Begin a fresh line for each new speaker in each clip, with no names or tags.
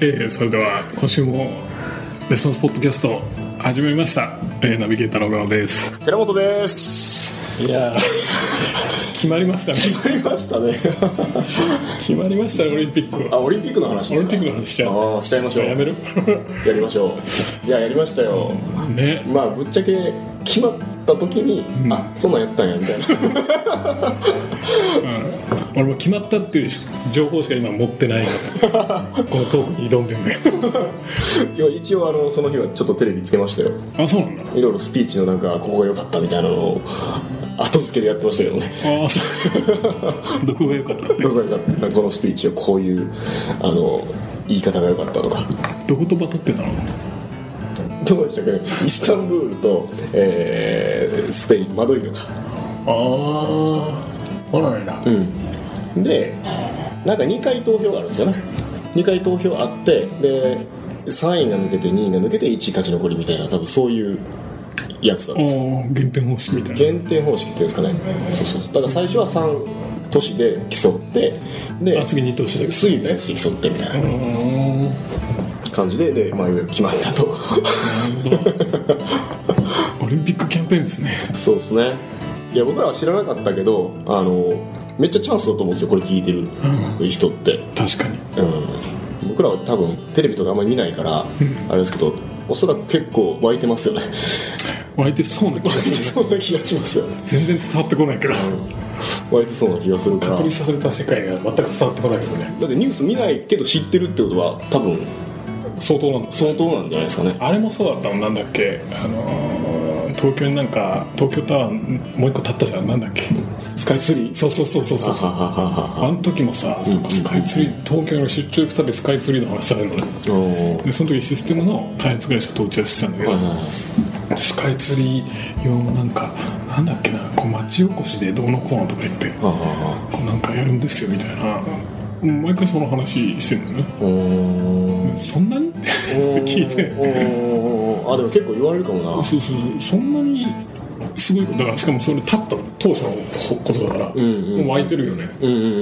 えーそれでは今週もレスポンスポッドキャスト始まりました、えーナビゲーターの小川です
寺本です
いや決まりましたね
決まりましたね
決まりましたねオリンピック
あ
は
オリンピックの話ですか
オリンピックの話しちゃう
ああしちゃいましょう
やめる
やりましょういややりましたよ
ね
まあぶっちゃけ決まった時に、あそんなんやったんやみたいな
俺も決まったっていう情報しか今持ってないから このトークに挑んでんだけど
いや一応あのその日はちょっとテレビつけましたよ
あそうなんだ
いろいろスピーチのなんかここが良かったみたいなのを後付けでやってましたけどね
ああ そうどこが良かったって
どこが良かったこのスピーチをこういうあの言い方が良かったとか
どことバトってたの
どうでしたっけねイスタンブールと、えースペインマドリードか
あああららら
うん、でなんか2回投票があるんですよね2回投票あってで3位が抜けて2位が抜けて1位勝ち残りみたいな多分そういうやつだったんです
ああ減点方式みたいな
限定方式っていうんですかねそうそうそうだから最初は3都市で競ってで
あ次に投資だけど
次の都市で競ってみたいな感じでで、まあ、いよいよ決まったと
オリンピックキャンペーンですね
そうですねいや僕らは知らなかったけどあのめっちゃチャンスだと思うんですよこれ聞いてる人って、
確かに
うん、僕らは多分テレビとかあんまり見ないから、あれですけどおそらく結構湧いてますよね
湧いてそうな気がする
そう な気がしますよね
全然伝わってこないから
湧いてそうな気がするからだ
隔離
っ
された世界が全く伝わってこないけどね
てニュース見ないけど知ってるってことは多分
相当なんだ
相当なんじゃないですかね
あれもそうだったもんなんだっけあのー東京になんか東京タワーもう一個建ったじゃんなんだっけ
スカイツリー
そうそうそうそうそう
はははは
あの時もさなんかスカイツリー東京の出張行くたびスカイツリーの話されるのね
おー
でその時システムの開発会社と打ち合わせしたんだけど、
はいはいはい
スカイツリー用のなんかなんだっけなこう町おこしでどうのこうのとか言って
ははは
こうなんかやるんですよみたいなうん毎回その話してるのね
おー
そんなにって聞いて
おーあでも結構言われるかもな
そうそうそうそんなにすごいことだからしかもそれ立った当初のことだから、
んうん
もう湧いてるよね
うんうんうんうんう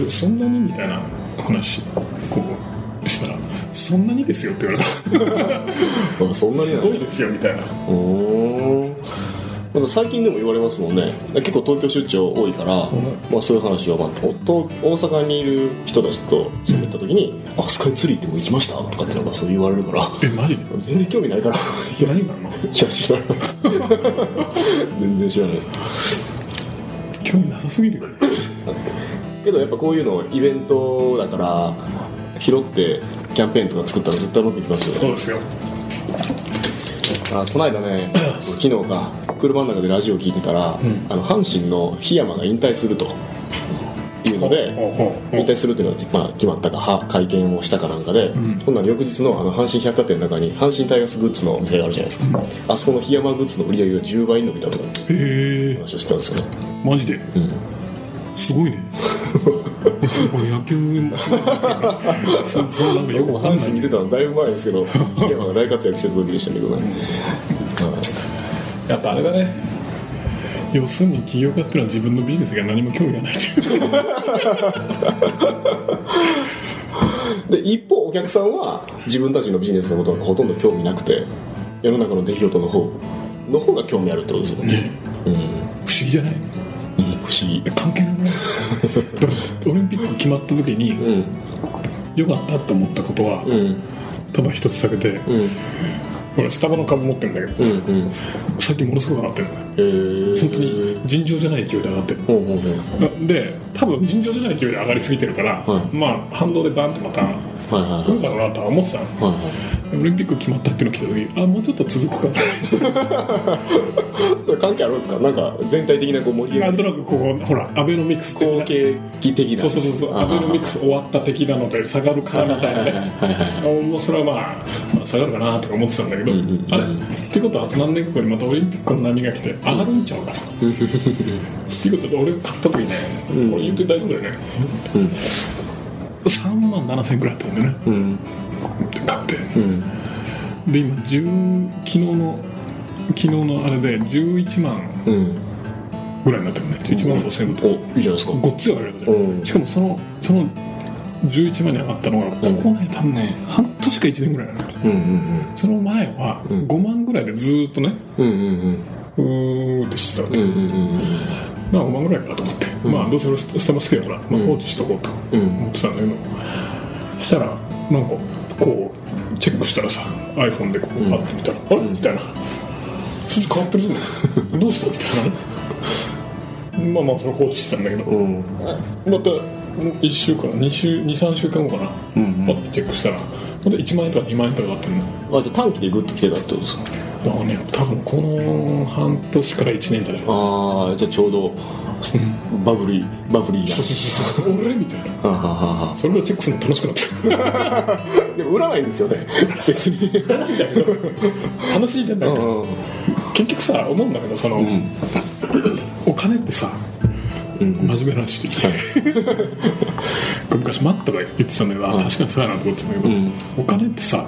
ん
でそんなにみたいな話こうしたらそんなにですよって言われた
うんあそんなに
す
な
ごいですよみたいな
おー最近でも言われますもんね結構東京出張多いから、まあ、そういう話を、まあ、おと大阪にいる人たちと喋った時に「あスカイツリーってもう行きました?」とかってなんかそう言われるから
えマジで
全然興味ないから いや
何があんの
いや知らない 全然知らないです
興味なさすぎるよね
けどやっぱこういうのイベントだから拾ってキャンペーンとか作ったら絶対うまくいきますよね
そうですよ
あこの間ね昨日か車の中でラジオ聞いてたら、あの阪神の檜山が引退するというので
おうおうおう
引退するというのが、まあ、決まったかは会見をしたかなんかで、ほんなら翌日のあの阪神百貨店の中に阪神タイガースグッズのお店があるじゃないですか、あそこの檜山グッズの売り上げが10倍に伸びたとかって
へえ
話をしてたんですよね
マジで、す ごいね俺野球 もそうそうなんかよく
僕も
わかん
阪
ない
神見てたのだいぶ前ですけど檜山が大活躍してた時でしたけどね、
やっぱあれだね要するに起業家っていうのは自分のビジネスが何も興味がないという
で一方お客さんは自分たちのビジネスのことがほとんど興味なくて世の中の出来事の方の方が興味あるってことですよねうん、うん、
不思議じゃない
不思議
関係なくないだからオリンピック決まった時に
うん
良かったと思ったことは、
うん
ただ一つだけで、
うん
俺スタバの株持ってるんだけど、
うんうん
最近ものすごく上がってるのね
えー、
本当に尋常じゃない勢いで上がってる
ほうほうほう
で多分尋常じゃない勢いで上がりすぎてるから、
はい
まあ反動でバンとまた
はいはい
来るかなとは思ってたの
はいはい
オリンピック決まったっていうのを聞いた時あもうちょっと続くかな
それ関係あるんですかなんか全体的なこう盛り
な
上
んと
が
なくこうほらアベノミクス的
り
な
系的な
そうそうそうそうアベノミクス終わった的なので下がるかなみたいなねあもうそれはまあ、まあ、下がるかなとか思ってたんだけど、
んうんうん
あれってことはあと何年か後にまたオリンピックの波が来て上がるんちゃうかとかっていうことで俺が買った時ね、これ言って大丈夫だよね、3万7000円くらいだったんだよね
うん
で買って
うん
で今10昨日の昨日のあれで11万
うん
ぐらいになってるね11万5000円
おいいじゃないですか
ごっつい上がりだったじゃん
うん
しかもそのその11万に上がったのが、ここね、多分ね、半年か1年ぐらいなのよ
うんうん
その前は、
ん
5万ぐらいでずーっとね、
うんうんうん
うーってしてたわけ。
うんうんうん
まあ、5万ぐらいかと思って、まあ、どうせ俺、スタバ好きだから、まあ、放置しとこうと
うん
思ってたんだけど、そしたら、なんか、こう、チェックしたらさ、iPhone でこう、あってみたら、あれみたいな。数字変わってるぞ、 どうしたみたいなね。まあまあ、それ放置してたんだけど、
うん
また1週間2週23週間後かな、
うん
パッてチェックしたらまた1万円とか2万円とかだったんだ
あじゃあ短期でグッと来てたってことですか
だからね多分この半年から1年じゃないか
ああじゃあちょうどバブリーバブリー
そうそうそうそう俺みたいな
なはははは
それがチェックするの楽しくなっ
でも売らないんですよね別に
た楽しいじゃないか結局さ思うんだけどその、
ん
お金ってさ真面目な話して、 昔マットが言ってたんだけど、あ確かにそうやなと思ってたんだけど、
うん
お金ってさ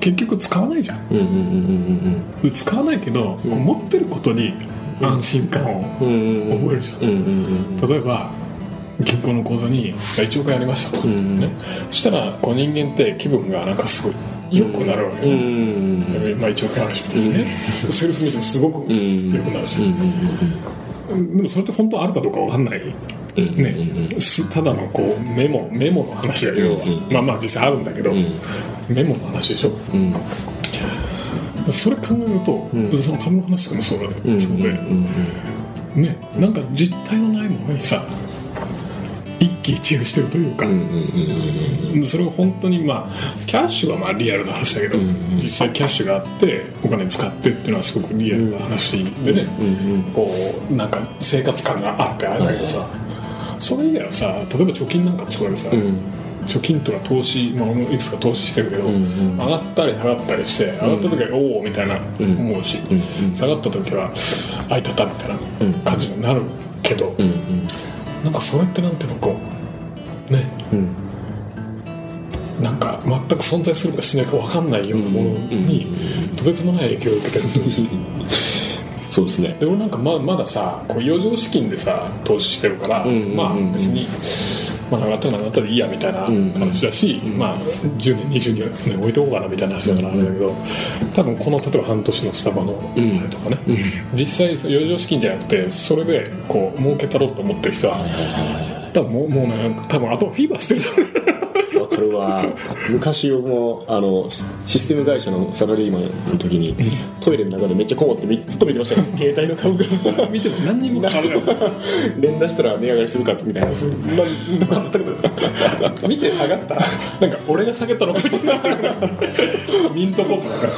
結局使わないじゃん
うんうんうん
で使わないけど、こう持ってることに安心感を
うんうんうんうん
覚えるじゃん、
うんうん
例えば銀行の口座に1億円ありましたと、
ん
ね、そしたらこう人間って気分がなんかすごい良くなるわけ
うんう
よ、
ん
だからまあ、1億円あるしみたいなね、セルフイメージもすごく
ん
良くなるし、
うんうん
でもそれって本当あるかどうかわかんない、
うん
ね、すただのこうメモメモの話が要は、
う
まあまあ実際あるんだけど、
ん
メモの話でしょ、
うん
それ考えると、
ん
その金の話とかもそうだね、
うん
そうで、ね、なんか実体のないものにさ一喜一憂してるというか、それが本当にまあキャッシュはまあリアルな話だけど、
うん
実際キャッシュがあってお金使ってっていうのはすごくリアルな話でね、こうなんか生活感があってあれだけどさ、それ以外はさ例えば貯金なんかもそうでさ、貯金とか投資、まあ、俺もいくつか投資してるけど、
うんうん
上がったり下がったりして上がった時はおおみたいな
うん
思うし、
うんうん
下がった時はあいたたみたいな感じになるけど、なんかそれってなんていうのこうねなんか全く存在するかしないか分かんないようなものにとてつもない影響を受けてる
そうですね
で俺なんかままださこう余剰資金でさ投資してるから、
んうんうん
まあ別に、まあ、なかったらなかったでいいやみたいな話だし、まあ、10年20年置いとこうかなみたいな話だからあれだけど、多分この例えば半年のスタバのあ
ん
れとかね、実際その余剰資金じゃなくてそれでこう儲けたろうと思ってる人は多分もうもうね多分頭フィーバーしてると思う
わかるわ昔もあのシステム会社のサラリーマンの時にトイレの中でめっちゃこもってずっと見てました 携帯の株が
見ても何にも変わらない
連打したら値上がりするかみたいな
見て下がったなんか俺が下げたのかミントポップなんか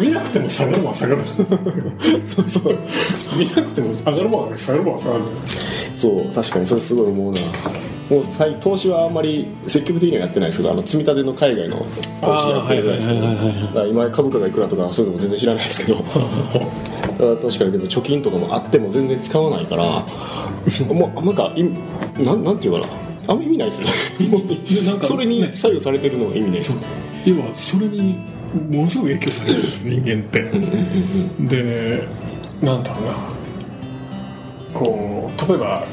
見なくても下がるもんは下がる
そうそう
見なくても上がるもんは上がる下がるもんは下がる
そう確かにそれすごい思うなもう最投資はあんまり積極的にはやってないですけどあの積み立ての海外の投資やってるじゃないですか
あーはいはいはいはいはい
だから今株価がいくらとかそういうのも全然知らないで すけどただ確かにでも貯金とかもあっても全然使わないからもうなんかいなんなんていうかなあんま意味ないですよ
味なんか
それに
ね
左右されてるのが意味ない
そう要はそれにものすごく影響される人間って、でなんだろうなこう例えば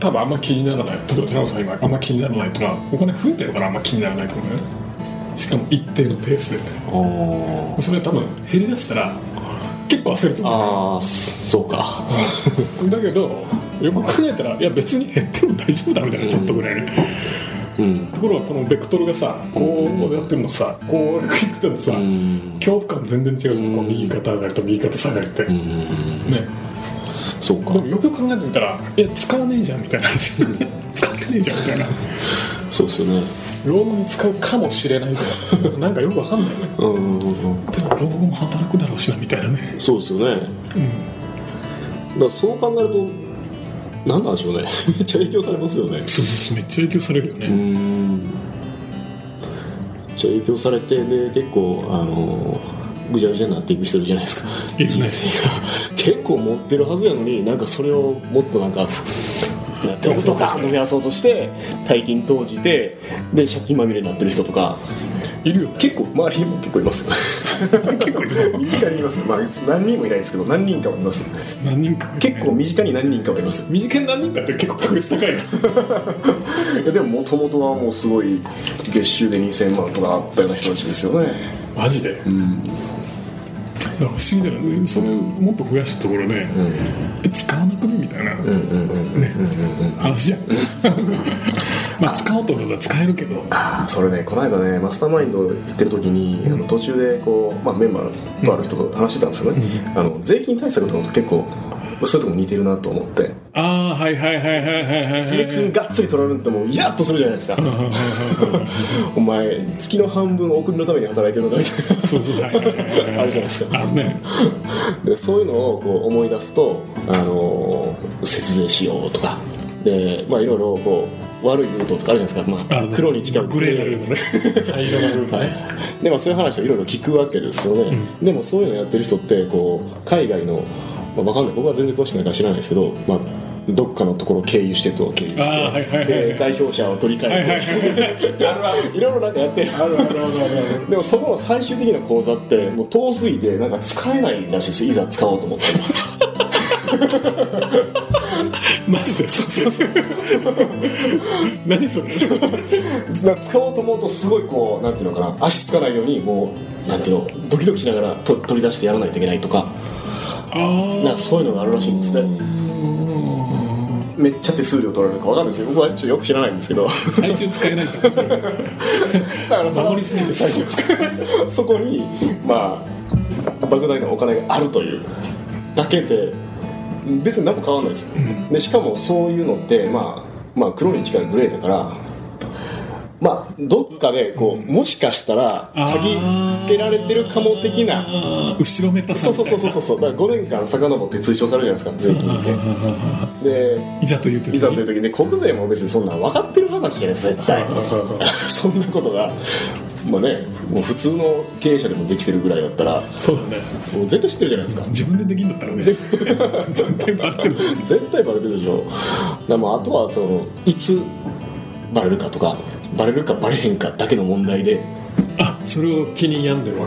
多分あんま気にならない例えば寺尾さん今あんま気にならないとかお金増えてるからあんま気にならないと思うねしかも一定のペースで
あ
それは多分減りだしたら結構焦ると思
あーそうか
うだけどよく考えたらいや別に減っても大丈夫だみたいなちょっとぐらいね、
うん
ところがこのベクトルがさこうやってるのさこうやってるのさ、
うん
恐怖感全然違うじゃん、こう右肩上がりと右肩下がりって、ね
そうか
でもよくよく考えてみたらいや使わねえじゃんみたいな話 使ってねえじゃんみたいな
そうですよね
老後に使うかもしれないけどなんかよくわかんないね
うんうんうんうん
でも老後も働くだろうしなみたいなね
そうですよね、だからそう考えると何なんでしょうね めっちゃ影響されますよね
そうそうそうめっちゃ影響されるよね、
んめっちゃ影響されてで結構あのぐちゃぐちゃになっていく人いるじゃないですか
いるね
人生が結構持ってるはずやのになんかそれをもっとなんかどことか飲み合わそうとして大金投じてで借金まみれになってる人とか
いるよね
結構周りにも結構い ますよ
結構いるよ
身近にいますね、まあ、何人もいないですけど何人かはいます
何人か、
結構身近に何人かはい ます
身近に何人かって結構確率高い
いやでももともとはもうすごい月収で2000万とかあったような人たちですよね
なマジで、だから不思議だよねそれもっと増やしたところね、え使わなくねみたいな、ね話じゃんまあ使おうと思えば使えるけど
ああそれねこの間ねマスターマインド行ってる時に、あの途中でこう、まあ、メンバーとある人と話してたんですよね、あの税金対策とかと結構そういうとこ似てるなと思って
ああはいはいはいはいはいはいはい
税金がっつり取られるともうイラッとするじゃないですかお前月の半分お国のために働いてるのかみたいな
そうそうはいはいはいはい
あるじゃないですか
あるね
でそういうのをこう思い出すと、あのー節税しようとかで、まあ、いろいろこう悪いルートとかあるじゃないですか、ま
あ
あ
る、ね
黒に近い
グレーなルートね灰色なルートね
はい、でもそういう話をいろいろ聞くわけですよね、でもそういうのやってる人ってこう海外の、まあ、わかんない僕は全然詳しくないから知らないですけど、まあ、どっかのところを経由してと経由して、
あーはいはいはい
で代表者を取り替えて、 いろいろなんかやってる
あるあるあるある
でもそこの最終的な講座ってもう遠すぎてなんか使えないらしいですいざ使おうと思って
マジでそうそうそう何それ
なんか使おうと思うとすごいこうなんていうのかな足つかないようにもうなんていうのドキドキしながらと取り出してやらないといけないとか
あ
なんかそういうのがあるらしいんですねめっちゃ手数料取られるかわかんないですよ僕はちょっとよく知らないんですけど
あ最終使えないかもしれない
あの
守りすぎて
最初使う そこにまあ莫大なお金があるというだけで別に何も変わらないですよ、でしかもそういうのって、まあ、まあ黒に近いグレーだからまあどっかでこう、もしかしたら鍵つけられてるかも的な
あー後ろめたさ
そう
みた
そ
いうな
そうそうそうだから5年間遡って追奨されるじゃないですか税金ってで
いざという時に
いざという時に国税も別にそんなん分かってる話じゃないですか絶対そんなことがまあねもう普通の経営者でもできてるぐらいだったら
そうだね
もう絶対知ってるじゃないですか
自分でできんだったらね
ぜ
絶対バレてるし
絶対バレてるでしょだからまああとはそのいつバレるかとかバレるかバレへんかだけの問題で
あそれを気に病んでるわ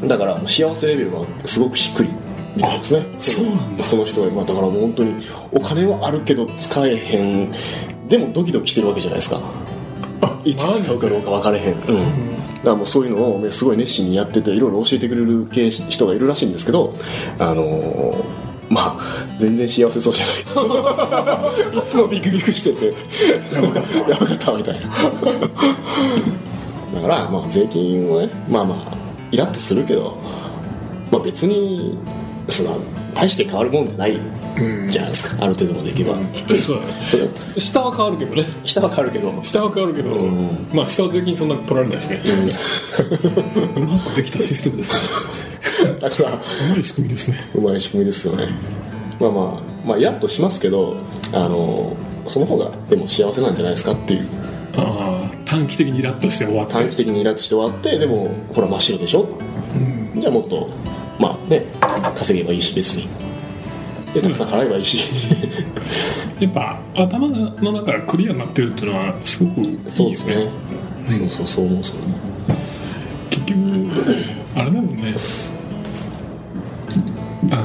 け
だからもう幸せレベルはすごく低いみたいですね
あそうなんだ
その人が、まあ、だからもう本当にお金はあるけど使えへんでもドキドキしてるわけじゃないですかいつ使うかどうか分かれへん、うん、だからもうそういうのを、ね、すごい熱心にやってていろいろ教えてくれる系人がいるらしいんですけどあのーまあ全然幸せそうじゃ ないいつもビクビクしててやばかったやばかったみたいなだからまあ税金をねまあまあイラッとするけど、まあ、別にその大して変わるもんじゃないじゃないですか、ある程度もできれば、
そうだね
それ
下は変わるけどね
下は変わるけど
下は変わるけど、
ん
まあ下は税金そんな取られないしね、うまくできたシステムですね
だから
うまい仕組みですね
うまい仕組みですよねまあまあまあイラッとしますけどあのその方がでも幸せなんじゃないですかっていう
ああ短期的にイラッとして終わった
短期的にイラッとして終わってでもほら真っ白でしょ、じゃあもっとまあね稼げばいいし別にでたくさん払えばいい し
やっぱ頭の中がクリアになってるっていうのはすごくいいよね
そうですねそうそうそう思うそう思う
結局あれだもんねあの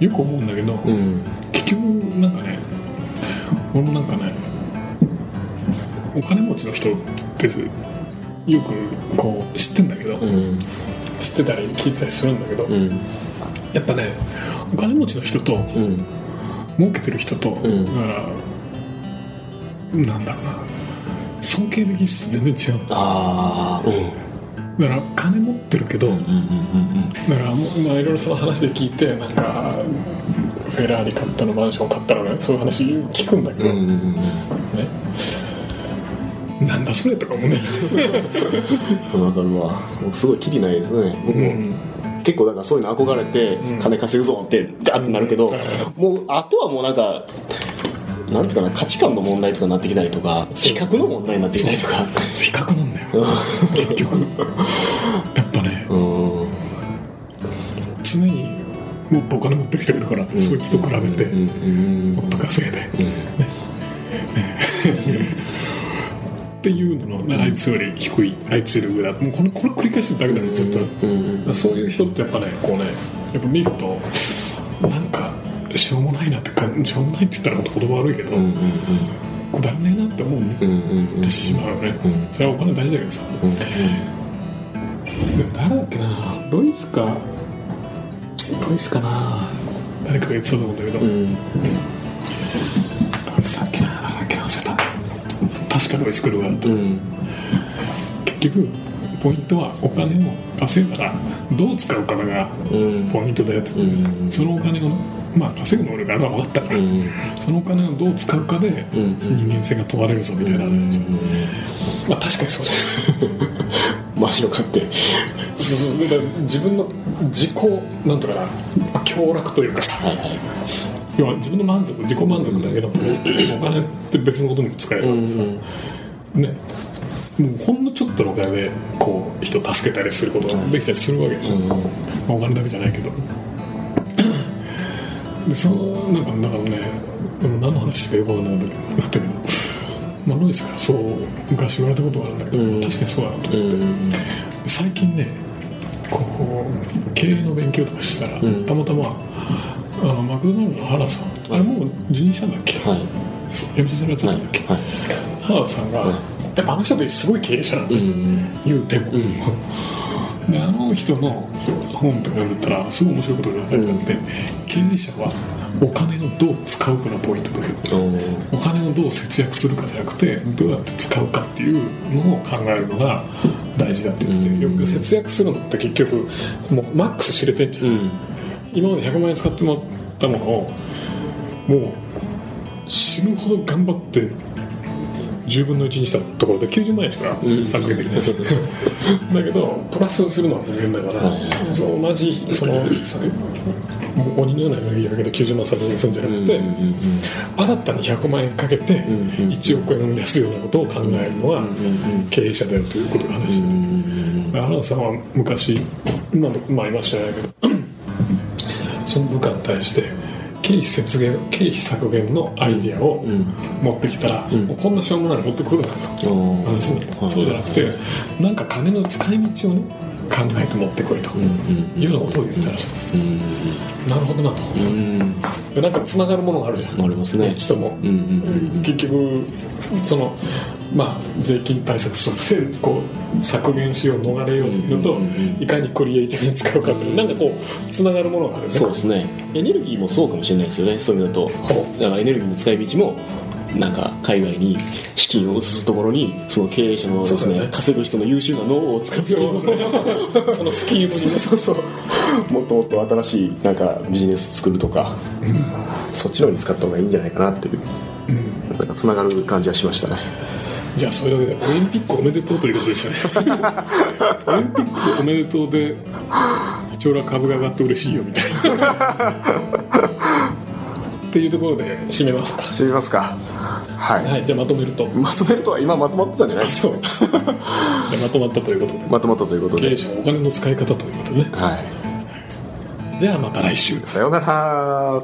ーよく思うんだけど、
うん
結局なんかね俺もなんかねお金持ちの人ってよくこう知ってんだけど、
うん
知ってたり聞いてたりするんだけど、
うん
やっぱねお金持ちの人と
うん
儲けてる人と、
ん
だからなんだろうな尊敬できる人全然違う
ああうん
だから金持ってるけど、
うんうん
だからもうまあいろいろその話で聞いてなんかフェラーリ買ったのマンション買ったのねそういう話聞くんだけど、
うんうんうん
ねなんだそれとかも ね
うんわかるわもうすごいキリないですね僕も、結構だからそういうの憧れて
ん
金稼ぐぞってガーってなるけど、
うん
もうあとはもうなんかなんていうかな価値観の問題とかになってきたりとか比較の問題になってきたりとか
比較なんだよ結局やっぱね
うんうん
常にもっとお金持ってる人いるから、そいつと比べて、
うん
もっと稼いで、ねっていうののなんなあいつより低いあいつより上だもうこれこれ繰り返してるだけだねずっと、そういう人ってやっぱねこうねやっぱ見るとなんかしょうもないなってかしょうもないって言ったら本当言葉悪いけど、くだらねえなって思うね、ってしまうよね、それはお金大事だけどさ、誰だっけなロイスかロイスかな誰かが言ってたと思うんだけど、さっきなさっきな忘れた確かロイスクルーがあると、結局ポイントはお金を稼いだらどう使うかがポイントだよって、そのお金をまあ稼ぐ能力があるのは分かったから、そのお金をどう使うかで
ん
人間性が問われるぞみたいな話でした、まあ確かにそうです
マジの勝手
そうそうだから自分の自己なんとかなまあ享楽というかさ
はいはい
要は自分の満足自己満足だけど、お金って別のことにも使える、ねもうほんのちょっとのお金でこう人を助けたりすることができたりするわけでしょ、まあお金だけじゃないけどでそのなんかだからねでも何の話かよくわかんなかったけどまあロイスからそう昔言われたことがあるんだけど、確かにそうだなと
うん
最近ねこう経営の勉強とかしたら、たまたまあのマクドナルドの原さん、あれもう辞任したんだっけ、
はい
辞めさせられてたんだっけ、
はい
原田さんが、やっぱあの人ってすごい経営者なんだよ、言うても、であの人の本とか読んでたらすごい面白いことが書いてあって、経営者はお金をどう使うかがポイントだよお金をどう節約するかじゃなくてどうやって使うかっていうのを考えるのが大事だって言っててよく節約するのって結局もうマックス知れてんじゃん、
ん
今まで100万円使ってもらったものをもう死ぬほど頑張って10分の1にしたところで90万円しか削減できないし、 だけどプラスするのは人間だから、そう同じそのさもう鬼のようなエネルギーかけて90万削減するんじゃなくて、新たに100万円かけて1億円を生み出すようなことを考えるのは経営者だよということを話してて、原田さんは昔今の、まあ、今知らないけどその部下に対して経費節減経費削減のアイディアを持ってきたら、もうこんなしょうもないの持ってくるなと
ん
話になったそうじゃなくてなんか金の使い道をね考えて持ってこいというようなことを言ってたらしいなるほどなと
うん
でなんかつながるものがあるじゃん
ありますね
人も
うんうん
結局そのまあ税金対策としてこう削減しよう逃れようっていうのと
うんうんうん
いかにクリエイティブに使うかっていうなんかこうつながるものがあるよね
そうですねエネルギーもそうかもしれないですよねそういうのだと
ほ
だからエネルギーの使い道もなんか海外に資金を移すところにその経営者ので
そ
す
うだ
ね
よね
稼ぐ人の優秀な脳を使って
うそのスキームにね
そうそうもっともっと新しいなんかビジネス作るとか、そっちの方に使った方がいいんじゃないかなっていう、なんかつながる感じはしましたね
じゃあそういうわけでオリンピックおめでとうということでしたねオリンピックおめでとうで一応株が上がって嬉しいよみたいなっていうところで締めますか
知りますかはい、
はいじゃあまとめるとじ
まとめるとは今まとまってたんじゃないです
ゃ
か
あまとまったということで
まとまったということ
経営
で、
者のお金の使い方ということでね
はい、
ではまた来週
さようなら